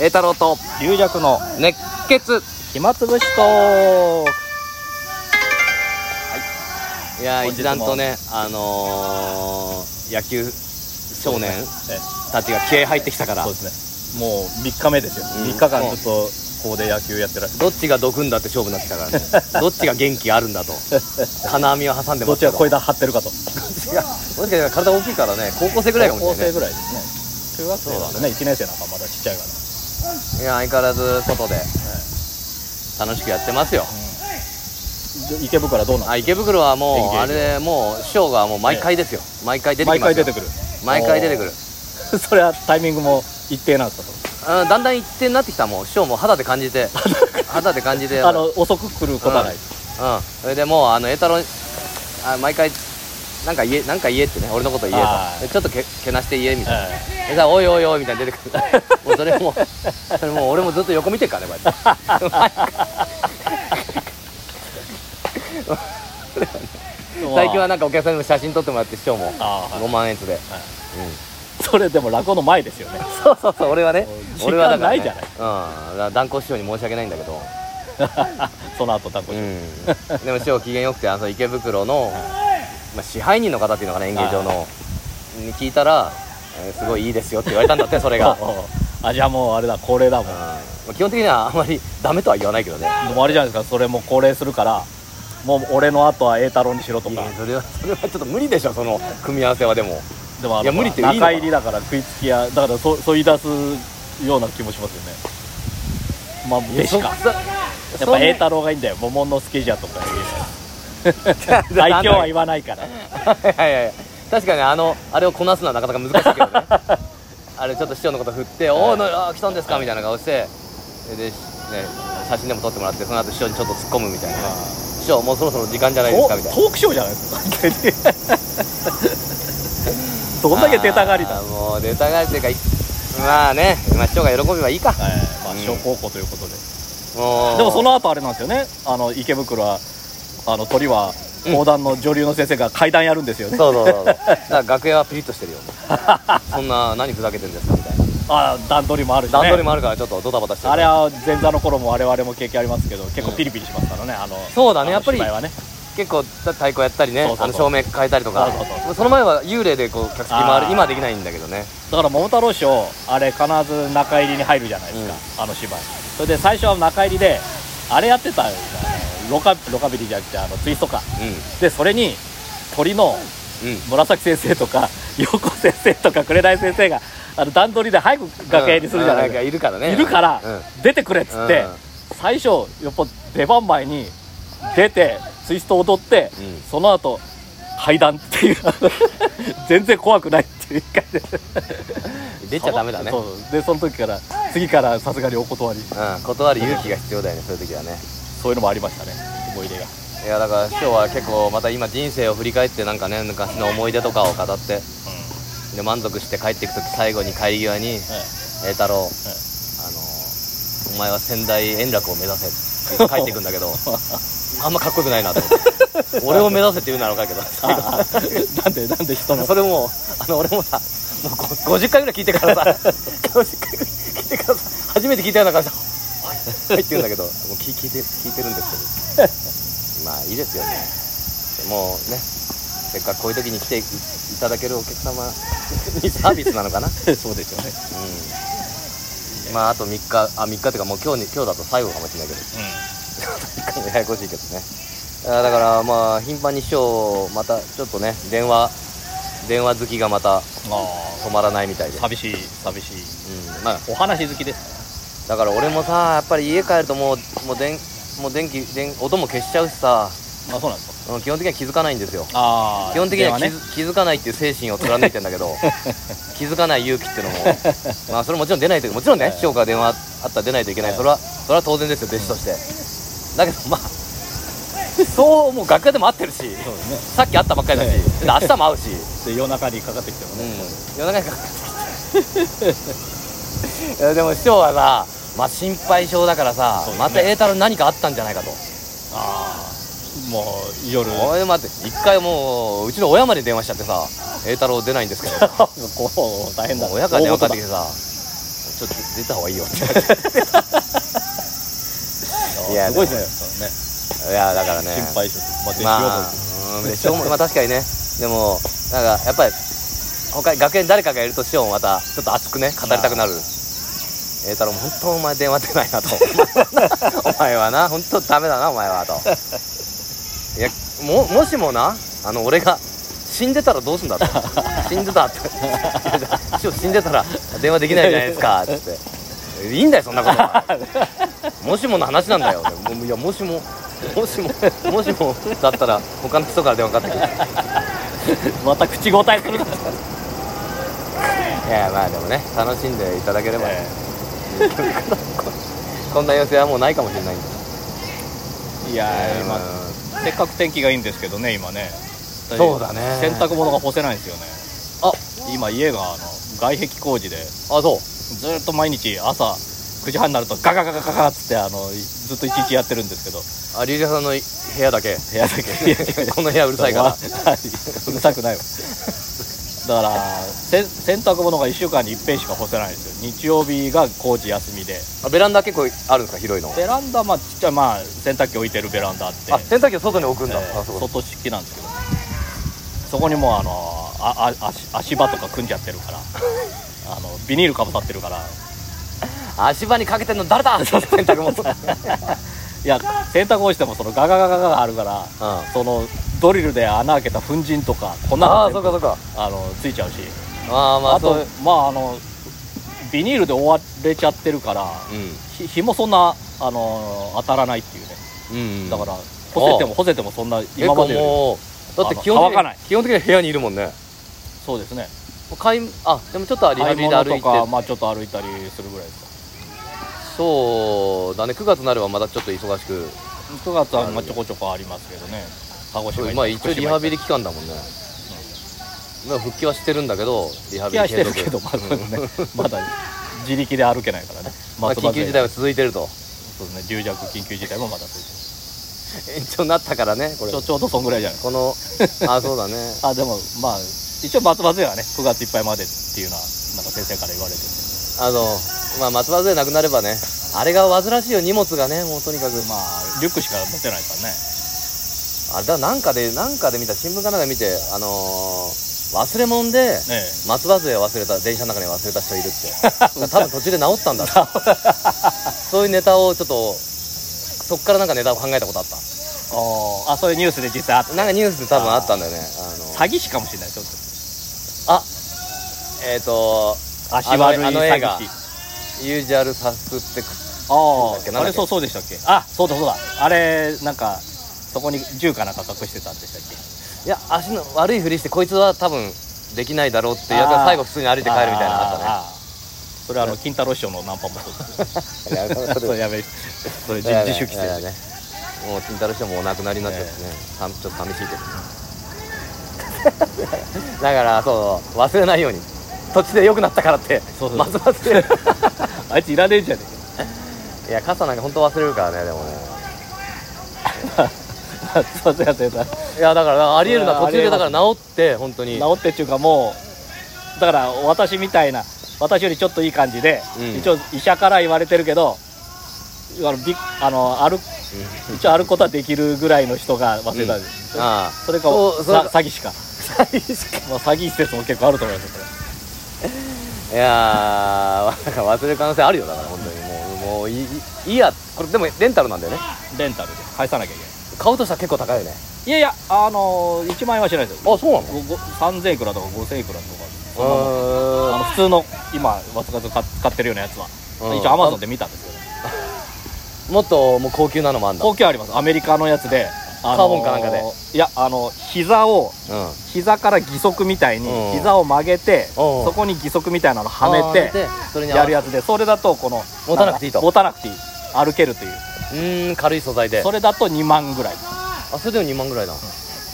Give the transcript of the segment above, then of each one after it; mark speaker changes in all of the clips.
Speaker 1: 栄太郎と
Speaker 2: 龍弱の
Speaker 1: 熱血
Speaker 2: 暇つぶしと
Speaker 1: いやー
Speaker 2: 本日も
Speaker 1: 一段とねあのー、野球少年
Speaker 2: ええ
Speaker 1: たちが気合入ってきたから
Speaker 2: そうですねもう3日目ですよ、
Speaker 1: うん
Speaker 2: 3日間ずっとここで野球やってらっしゃる
Speaker 1: どっちが毒んだって勝負になってきたからね どっちが元気あるんだと金網を挟んで
Speaker 2: ど
Speaker 1: ま
Speaker 2: っ
Speaker 1: すけ
Speaker 2: ちが
Speaker 1: ど
Speaker 2: 声だ張ってるかと
Speaker 1: いやもしかしたら体大きいからね高校生ぐらいかもし
Speaker 2: 高校
Speaker 1: れな
Speaker 2: 生
Speaker 1: い、ね、
Speaker 2: ぐらいですね中学生だとね1年生なんかまだちっちゃいから、
Speaker 1: いや相変わらず外で楽しくやってますよ
Speaker 2: うんで池袋はどうなの
Speaker 1: あ池袋はもう
Speaker 2: 演
Speaker 1: あ
Speaker 2: 芸場
Speaker 1: れもう師匠がもう毎回ですよ、毎回出てきます
Speaker 2: 毎
Speaker 1: よ
Speaker 2: 回出てくる
Speaker 1: 毎回出てくる、
Speaker 2: おー それはタイミングも一定なんですか
Speaker 1: うん、だんだん一定になってきたもう師匠も肌で感じて肌で感じて
Speaker 2: とあの遅く来ることはない、
Speaker 1: うんそれでもうあの栄太郎にあ毎回なんか言えなんか言えってね俺のこと言え
Speaker 2: はい
Speaker 1: とでちょっとけけなして言えみたいな
Speaker 2: ええ
Speaker 1: でさおいおいおいみたいに出てくる もうそれもうそれもう俺もずっと横見てるからねこうやって毎回最近はなんかお客さんにも写真撮ってもらって師匠も
Speaker 2: あーは
Speaker 1: 5
Speaker 2: い
Speaker 1: 万円つで、
Speaker 2: は
Speaker 1: う
Speaker 2: い
Speaker 1: ん
Speaker 2: それでも落語の前ですよね
Speaker 1: そうそうそう俺はね
Speaker 2: 時間
Speaker 1: 俺はだから、ね、
Speaker 2: ないじゃない
Speaker 1: うんだから断交師匠に申し訳ないんだけど、
Speaker 2: その後タコ
Speaker 1: う
Speaker 2: シ
Speaker 1: ん、でも師匠機嫌よくてあの池袋の、まあ、支配人の方っていうのかな演芸場のに聞いたら、えーすごいいいですよって言われたんだってそれ が、うん
Speaker 2: ああじゃあもうあれだ恒例だもん、
Speaker 1: まあ基本的にはあんまりダメとは言わないけどね
Speaker 2: でもあれじゃないですかそれも恒例するからもう俺の後は栄太郎にしろと
Speaker 1: い
Speaker 2: か
Speaker 1: やそれはそれはちょっと無理でしょその組み合わせはでも
Speaker 2: でもあの
Speaker 1: いや無理っていいのかな
Speaker 2: 中入りだから食いつきやだからそそう言い出すような気もしますよねまあ弟子か
Speaker 1: そ
Speaker 2: やっぱ栄太郎がいいんだよ桃之助じゃとか
Speaker 1: そん
Speaker 2: 言えば愛嬌は
Speaker 1: はい
Speaker 2: 言わないから
Speaker 1: はいはい確かにあのあれをこなすのはなかなか難しいけど ねあれちょっと師匠のこと振って「おお来たんですか」みたいな顔してで、ね、写真でも撮ってもらってその後師匠にちょっと突っ込むみたいなね師匠もうそろそろ時間じゃないです
Speaker 2: お
Speaker 1: か
Speaker 2: ト
Speaker 1: みたいな
Speaker 2: ークショーじゃないですかどんだけ出たがりだ
Speaker 1: あーもう出たがりっていうかいまあね、まあ、師匠が喜べばいいか
Speaker 2: ええまあ
Speaker 1: うん
Speaker 2: 小高校ということで、
Speaker 1: もう
Speaker 2: でもその後あれなんですよねあの池袋はあの鳥は講談の女流の先生が階段やるんですよね、
Speaker 1: そうそうそうそうだから楽屋はピリッとしてるよそんな何ふざけてんですかみたいな
Speaker 2: ああ段取りもあるし、ね、
Speaker 1: 段取りもあるからちょっとドタバタしてる
Speaker 2: あれは前座の頃も我々も経験ありますけど結構ピリピリしますからね、あの
Speaker 1: そうだね
Speaker 2: あの
Speaker 1: やっぱり
Speaker 2: 芝居はね
Speaker 1: 結構太鼓やったりね
Speaker 2: そうそうそう
Speaker 1: あの照明変えたりとか
Speaker 2: そうそうそ
Speaker 1: の前は幽霊でこう客席回
Speaker 2: あ
Speaker 1: る
Speaker 2: ー
Speaker 1: 今はできないんだけどね
Speaker 2: だから桃太郎賞あれ必ず中入りに入るじゃないですか、あの芝居それで最初は中入りであれやってたんだよあのロカロカビリーじゃなくてあのツイストか
Speaker 1: う
Speaker 2: でそれに鳥の
Speaker 1: んうん
Speaker 2: 紫先生とか横先生とか紅先生があの段取りで早く楽屋入りするじゃな
Speaker 1: う
Speaker 2: いですか
Speaker 1: ん、んかいるからね
Speaker 2: いるから
Speaker 1: うん
Speaker 2: 出てくれっつって、
Speaker 1: うん
Speaker 2: 最初やっぱ出番前に出てツイスト踊って、
Speaker 1: うん
Speaker 2: その後階段っていう 全然怖くないっていう感じで
Speaker 1: 出ちゃダメだね
Speaker 2: そうでその時から次からさすがにお断り
Speaker 1: うん、断る勇気が必要だよねそういう時はね
Speaker 2: そういうのもありましたね思い出が
Speaker 1: いやだから今日は結構また今人生を振り返ってなんかね昔の思い出とかを語ってで満足して帰っていく時最後に帰り際に
Speaker 2: え
Speaker 1: 「栄太郎、あのお前は仙台円楽を目指せ」って帰っていくんだけどあんまかっこよくないなと思って俺を目指せって言うならわかるけど最 後
Speaker 2: えなんでなんで人の
Speaker 1: それもあの俺もさもうご50回ぐらい聞いてからさ50回ぐらい聞いてからさ初めて聞いたような感じで「はい」はいって言うんだけどもう聞い聞いて聞いてるんですけどまあいいですよねもうねせっかくこういう時に来ていいただけるお客様にサービスなのかな
Speaker 2: そうですよね、
Speaker 1: うんまああと3日あ3日っていうかもう今日に今日だと最後かもしれないけど3日もややこしいけどねあだからまあ頻繁に師匠またちょっとね電話電話好きがまた
Speaker 2: うん、あ
Speaker 1: 止まらないみたいで、う
Speaker 2: あ
Speaker 1: ん
Speaker 2: 寂しい寂しい
Speaker 1: まあ、
Speaker 2: お話好きです
Speaker 1: だから俺もさやっぱり家帰るともうもう電もう電気電音も消しちゃうしさ、
Speaker 2: あそうなんですか
Speaker 1: うん、基本的には気づかないんですよ
Speaker 2: ああ
Speaker 1: 基本的には気,、
Speaker 2: ね
Speaker 1: 気づかないっていう精神を貫いてんだけど 気づかない勇気っていうのもまあそれもちろん出ないともちろんね
Speaker 2: はい
Speaker 1: 師匠から電話あったら出ないといけないそれはそれは当然ですよ弟子としてだけどまあそうもう楽屋でも会ってるし
Speaker 2: そうですね
Speaker 1: さっき会ったばっかりだ
Speaker 2: え
Speaker 1: しで明日も会うし、
Speaker 2: で夜中にかかってきてもね、
Speaker 1: 夜中にかかってきていやでも師匠はさ、まあ、心配性だからさ、
Speaker 2: そうですね
Speaker 1: また栄太郎に何かあったんじゃないかと、
Speaker 2: ああ もう夜
Speaker 1: おい待って一回もううちの親まで電話しちゃってさ栄太郎出ないんですけど
Speaker 2: こう大変だ
Speaker 1: もう親から電話かかってき
Speaker 2: 大
Speaker 1: てさちょっと出た方が いいよって
Speaker 2: い
Speaker 1: いや
Speaker 2: やすごいで
Speaker 1: です
Speaker 2: ね
Speaker 1: いやだからね
Speaker 2: 心配性まあ、でしようと、
Speaker 1: まあうんでしょうもまあ確かにねでもなんかやっぱり他に学園誰かがいるとしようもまたちょっと熱くね語りたくなる栄太郎も本当お前電話出ない なとお前はな本当ダメだなお前はといやももしもなあの俺が死んでたらどうすんだと死んでたっていやじゃあ師匠死んでたら電話できないじゃないですかつっていいんだよそんなことはもしもの話なんだよもういやもしももしももしもだったら他の人から電話かかってくる
Speaker 2: また口答えする
Speaker 1: い
Speaker 2: な、
Speaker 1: やまあでもね楽しんでいただければ、
Speaker 2: え
Speaker 1: こんな寄せはもうないかもしれないんで、
Speaker 2: えいやー、今せっかく天気がいいんですけどね今ね
Speaker 1: そうだね
Speaker 2: 洗濯物が干せないんですよね
Speaker 1: あ
Speaker 2: 今家があの外壁工事で
Speaker 1: あそう
Speaker 2: ずーっと毎日朝9時半になるとガガガガガガっつってあのずっと一日やってるんですけど
Speaker 1: あリュウジさんの部屋だけ
Speaker 2: 部屋だけ
Speaker 1: この部屋う
Speaker 2: う
Speaker 1: るさいから
Speaker 2: うるさくないわだからせ洗濯物が1週間に一遍しか干せないんですよ日曜日が工事休みで
Speaker 1: あベランダ結構あるんですか広いの
Speaker 2: ベランダまあちっちゃいまあ洗濯機置いてるベランダあって
Speaker 1: あ洗濯機を外に置くんだ、
Speaker 2: えー
Speaker 1: あそうか
Speaker 2: 外敷きなんですけどそこにもうあのああ足足場とか組んじゃって るからあのビニールかぶさってるから
Speaker 1: 足場にかけてんの誰だ 洗濯物う
Speaker 2: いや洗濯をしてもそのガガガガガがあるから
Speaker 1: ん
Speaker 2: そのドリルで穴開けた粉塵とか粉
Speaker 1: あ
Speaker 2: が
Speaker 1: あそうかそうか
Speaker 2: あのついちゃうし
Speaker 1: ああま
Speaker 2: あ
Speaker 1: あそ
Speaker 2: と
Speaker 1: う
Speaker 2: まああのビニールで覆われちゃってるから
Speaker 1: う
Speaker 2: ひ日もそんなあの当たらないっていうね
Speaker 1: んうん
Speaker 2: だから干せても干せてもそんな
Speaker 1: 結
Speaker 2: 今ま
Speaker 1: 構
Speaker 2: でより
Speaker 1: もうだって基
Speaker 2: あの
Speaker 1: 本的
Speaker 2: 乾か
Speaker 1: に
Speaker 2: ない
Speaker 1: 基本的には部屋にいるもんね
Speaker 2: そうですね
Speaker 1: 買いあでもちょっとリハ
Speaker 2: 買い
Speaker 1: ビリで
Speaker 2: 物
Speaker 1: 歩
Speaker 2: と
Speaker 1: いて
Speaker 2: かまあちょっと歩いたりするぐらいですか
Speaker 1: そうだね9月になればまだちょっと忙しく
Speaker 2: 9月はまあちょこちょこありますけどね鹿児島行ったり
Speaker 1: まあ一応リハビリ
Speaker 2: 福
Speaker 1: 期間だもんね、まあ復帰はしてるんだけどリハビ
Speaker 2: 島行
Speaker 1: リ
Speaker 2: ったり
Speaker 1: 継
Speaker 2: 復帰はし
Speaker 1: 続
Speaker 2: てるけどまだねまだ自力で歩けないからね
Speaker 1: まあ、緊急事態
Speaker 2: は
Speaker 1: は続いてると
Speaker 2: そうですね龍弱緊急事態もまだ続いてる
Speaker 1: 延長になったからねこれ
Speaker 2: ちょちょうどそんぐらいじゃない
Speaker 1: このあそうだね
Speaker 2: あでもまあ一応松葉勢はね9月いっぱいまでっていうのはなんか先生から言われてて
Speaker 1: あのまあ松葉杖なくなればねあれが煩わしいよ荷物がねもうとにかく
Speaker 2: まあリュックしか持てないからね
Speaker 1: あれだなんかでなんかで見た新聞かなんかで見てあのー忘れ物で
Speaker 2: ねえ
Speaker 1: 松葉杖忘れた電車の中に忘れた人いるって多分途中で治ったんだってそういうネタをちょっとそっからなんかネタを考えたことあった
Speaker 2: あーあそういうニュースで実際あった
Speaker 1: なんかニュースで多分あったんだよね。あ
Speaker 2: 詐欺師かもしれないちょっ
Speaker 1: のあえっ、と、
Speaker 2: と足悪い
Speaker 1: あのあの映画
Speaker 2: 詐欺師
Speaker 1: ユージュアルサスペク
Speaker 2: あ
Speaker 1: なんだっけ
Speaker 2: ああれそうそうでしたっけあそうだそうだあれなんかそこに銃かなんか隠してたんでしたっけ
Speaker 1: ト。いや、足の悪いふりして、こいつは多分できないだろうっていうやつ
Speaker 2: あ
Speaker 1: が
Speaker 2: ー
Speaker 1: 最後普通に歩いて帰るみたいなのあったね。
Speaker 2: あーそれはあの金太郎師匠のナンパ もそうで
Speaker 1: い
Speaker 2: す
Speaker 1: やそれ
Speaker 2: それ やべそれ
Speaker 1: いやいや
Speaker 2: 自主規
Speaker 1: いやい
Speaker 2: 制
Speaker 1: やね。もう金太郎師匠もお亡くなりになっちゃってね、さんちょっと寂しいけどね。だからそう忘れないように途中で良くなったからって
Speaker 2: そうそう
Speaker 1: 松葉杖
Speaker 2: あいついらねえじゃね
Speaker 1: いや傘なんか本当忘れるからねでもね
Speaker 2: えか そうそうやってた
Speaker 1: いやだからありえる
Speaker 2: い
Speaker 1: な
Speaker 2: や
Speaker 1: 途中でだから治って本当に
Speaker 2: 治ってっていうかもうだから私みたいな私よりちょっといい感じで、
Speaker 1: うん
Speaker 2: 一応医者から言われてるけどあのびあの歩一応歩くことはできるぐらいの人が忘れたんです、
Speaker 1: ああ
Speaker 2: それか
Speaker 1: そうそう
Speaker 2: さ詐欺師かまあ、詐欺施設も結構あると思いますよ
Speaker 1: い
Speaker 2: こ
Speaker 1: やーなんか忘れる可能性あるよだから本当にもうもういいいいやこれでもレンタルなんだよね
Speaker 2: れレンタルで返さなきゃいけない
Speaker 1: 買うとしたら結構高いよね
Speaker 2: いやいやあの1万円はしないですよ
Speaker 1: あそうな
Speaker 2: ごご3000いくらとか5000いくらとかそんなもんあの
Speaker 1: の
Speaker 2: 普通の今わずかず買ってるようなやつは、
Speaker 1: うん
Speaker 2: 一応アマゾンで見たんですけど、
Speaker 1: もっともう高級なのもあんだ
Speaker 2: 高級ありますアメリカのやつで、あの
Speaker 1: カーボンかなんかで
Speaker 2: いやあの膝を
Speaker 1: うん
Speaker 2: 膝から義足みたいに
Speaker 1: うん
Speaker 2: 膝を曲げて、
Speaker 1: うん
Speaker 2: そこに義足みたいなのはめて、
Speaker 1: それに
Speaker 2: やるやつでそれだとこの
Speaker 1: 持たなくていいと
Speaker 2: んか持たなくていい歩けるという
Speaker 1: うーん軽い素材で
Speaker 2: それだと2万ぐらい
Speaker 1: あそれでも2万ぐらいだ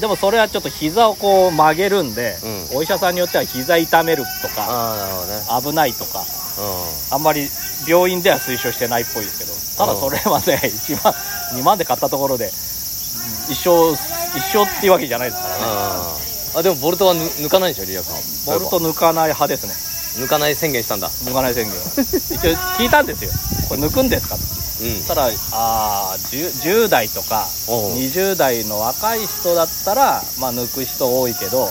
Speaker 2: でもそれはちょっと膝をこう曲げるんで、
Speaker 1: うん
Speaker 2: お医者さんによっては膝痛めるとか
Speaker 1: ああなるほどね
Speaker 2: 危ないとか
Speaker 1: う
Speaker 2: あんまり病院では推奨してないっぽいですけどただそれはね1万2万で買ったところで一生一生っていうわけじゃないですから
Speaker 1: ん
Speaker 2: ね
Speaker 1: うんあでもボルトはぬ抜かないでしょリアさん
Speaker 2: ボルト抜かない派ですね
Speaker 1: 抜かない宣言したんだ
Speaker 2: 抜かない宣言 一応聞いたんですよこれ抜くんですかって
Speaker 1: うん
Speaker 2: そしたらあー 10, 10代とか
Speaker 1: おう
Speaker 2: 20代の若い人だったら、まあ、抜く人多いけど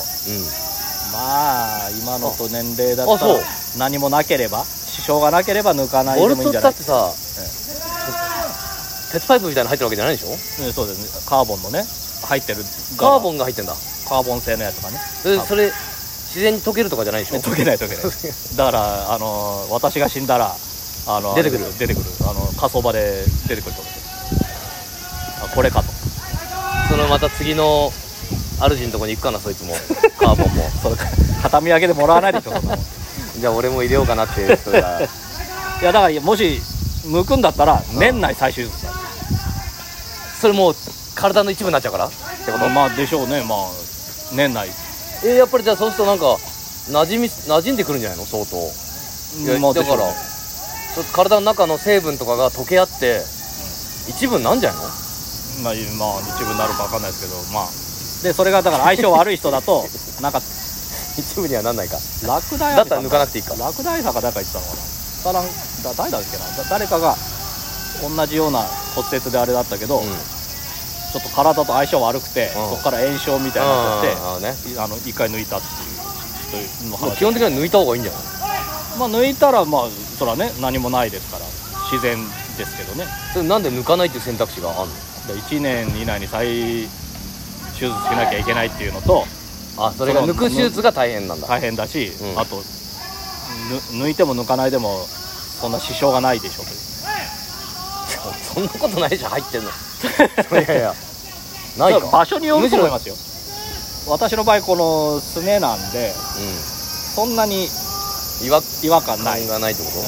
Speaker 2: まあ今のと年齢だ
Speaker 1: あ
Speaker 2: っ
Speaker 1: そう
Speaker 2: たら何もなければ支障がなければ抜かないで
Speaker 1: ボ
Speaker 2: も
Speaker 1: ル
Speaker 2: いい
Speaker 1: ト
Speaker 2: んじゃ
Speaker 1: だ
Speaker 2: ない
Speaker 1: ってさ鉄パイプみたいなの入ってるわけじゃないでしょ
Speaker 2: うんそうですねカーボンのね入ってる
Speaker 1: カーボ
Speaker 2: ン
Speaker 1: ンが入ってんだ
Speaker 2: カーボン製のやつがね
Speaker 1: え
Speaker 2: 多分
Speaker 1: それ自然に溶けるとかじゃないでしょ
Speaker 2: 溶けない溶けないだからあの私が死んだらあの
Speaker 1: 出てくる
Speaker 2: あれ出てくるあの火葬場で出てくると思うあこれかと
Speaker 1: そのまた次の主のとこに行くかなそ いつもカーボンも
Speaker 2: それ 畳み上げでもらわないでしょそんなもん
Speaker 1: じゃあ俺も入れようかなっていう人が
Speaker 2: いやだからもし抜くんだったら年内最終手術だっ
Speaker 1: それもう体の一部になっちゃうから
Speaker 2: てことまあでしょうねまあ年内
Speaker 1: えやっぱりじゃあそうするとなんか馴染み馴染んでくるんじゃないの相当いや
Speaker 2: まあ
Speaker 1: だ
Speaker 2: でしょ
Speaker 1: か
Speaker 2: うね
Speaker 1: らちょっと体の中の成分とかが溶け合って一部になんじゃないの
Speaker 2: まあ、まあ、一部になるかわかんないですけどまあでそれがだから相性悪い人だとなんか
Speaker 1: 一部にはなんないか
Speaker 2: ラクダイ
Speaker 1: だったら抜かなくていいか
Speaker 2: ラクダイさんか誰か言ってたのかなだからだ誰だっけなだ誰かが同じような骨折であれだったけど、
Speaker 1: うん
Speaker 2: ちょっと体と相性悪くて、
Speaker 1: うん
Speaker 2: そこから炎症みたいなのが起こ
Speaker 1: ああね
Speaker 2: ってあの一回抜いたっていうそういうの
Speaker 1: もう
Speaker 2: 話
Speaker 1: 基本的には抜いた方がいいんじゃない
Speaker 2: まあ抜いたらまあそらね何もないですから自然ですけどね
Speaker 1: それなんで抜かないっていう選択肢があるの
Speaker 2: 1年以内に再手術しなきゃいけないっていうのと
Speaker 1: あそれが
Speaker 2: その
Speaker 1: 抜く手術が大変なんだ
Speaker 2: 大変だし、
Speaker 1: うん
Speaker 2: あとぬ抜いても抜かないでもそんな支障がないでしょうという
Speaker 1: そんなことないじゃん入ってん のいやいやない
Speaker 2: だら
Speaker 1: か
Speaker 2: 場所によると思いますよ私の場合このすねなんで
Speaker 1: う
Speaker 2: そんなに
Speaker 1: ん違和
Speaker 2: 違和感な
Speaker 1: 感
Speaker 2: い、
Speaker 1: がないってこと
Speaker 2: うん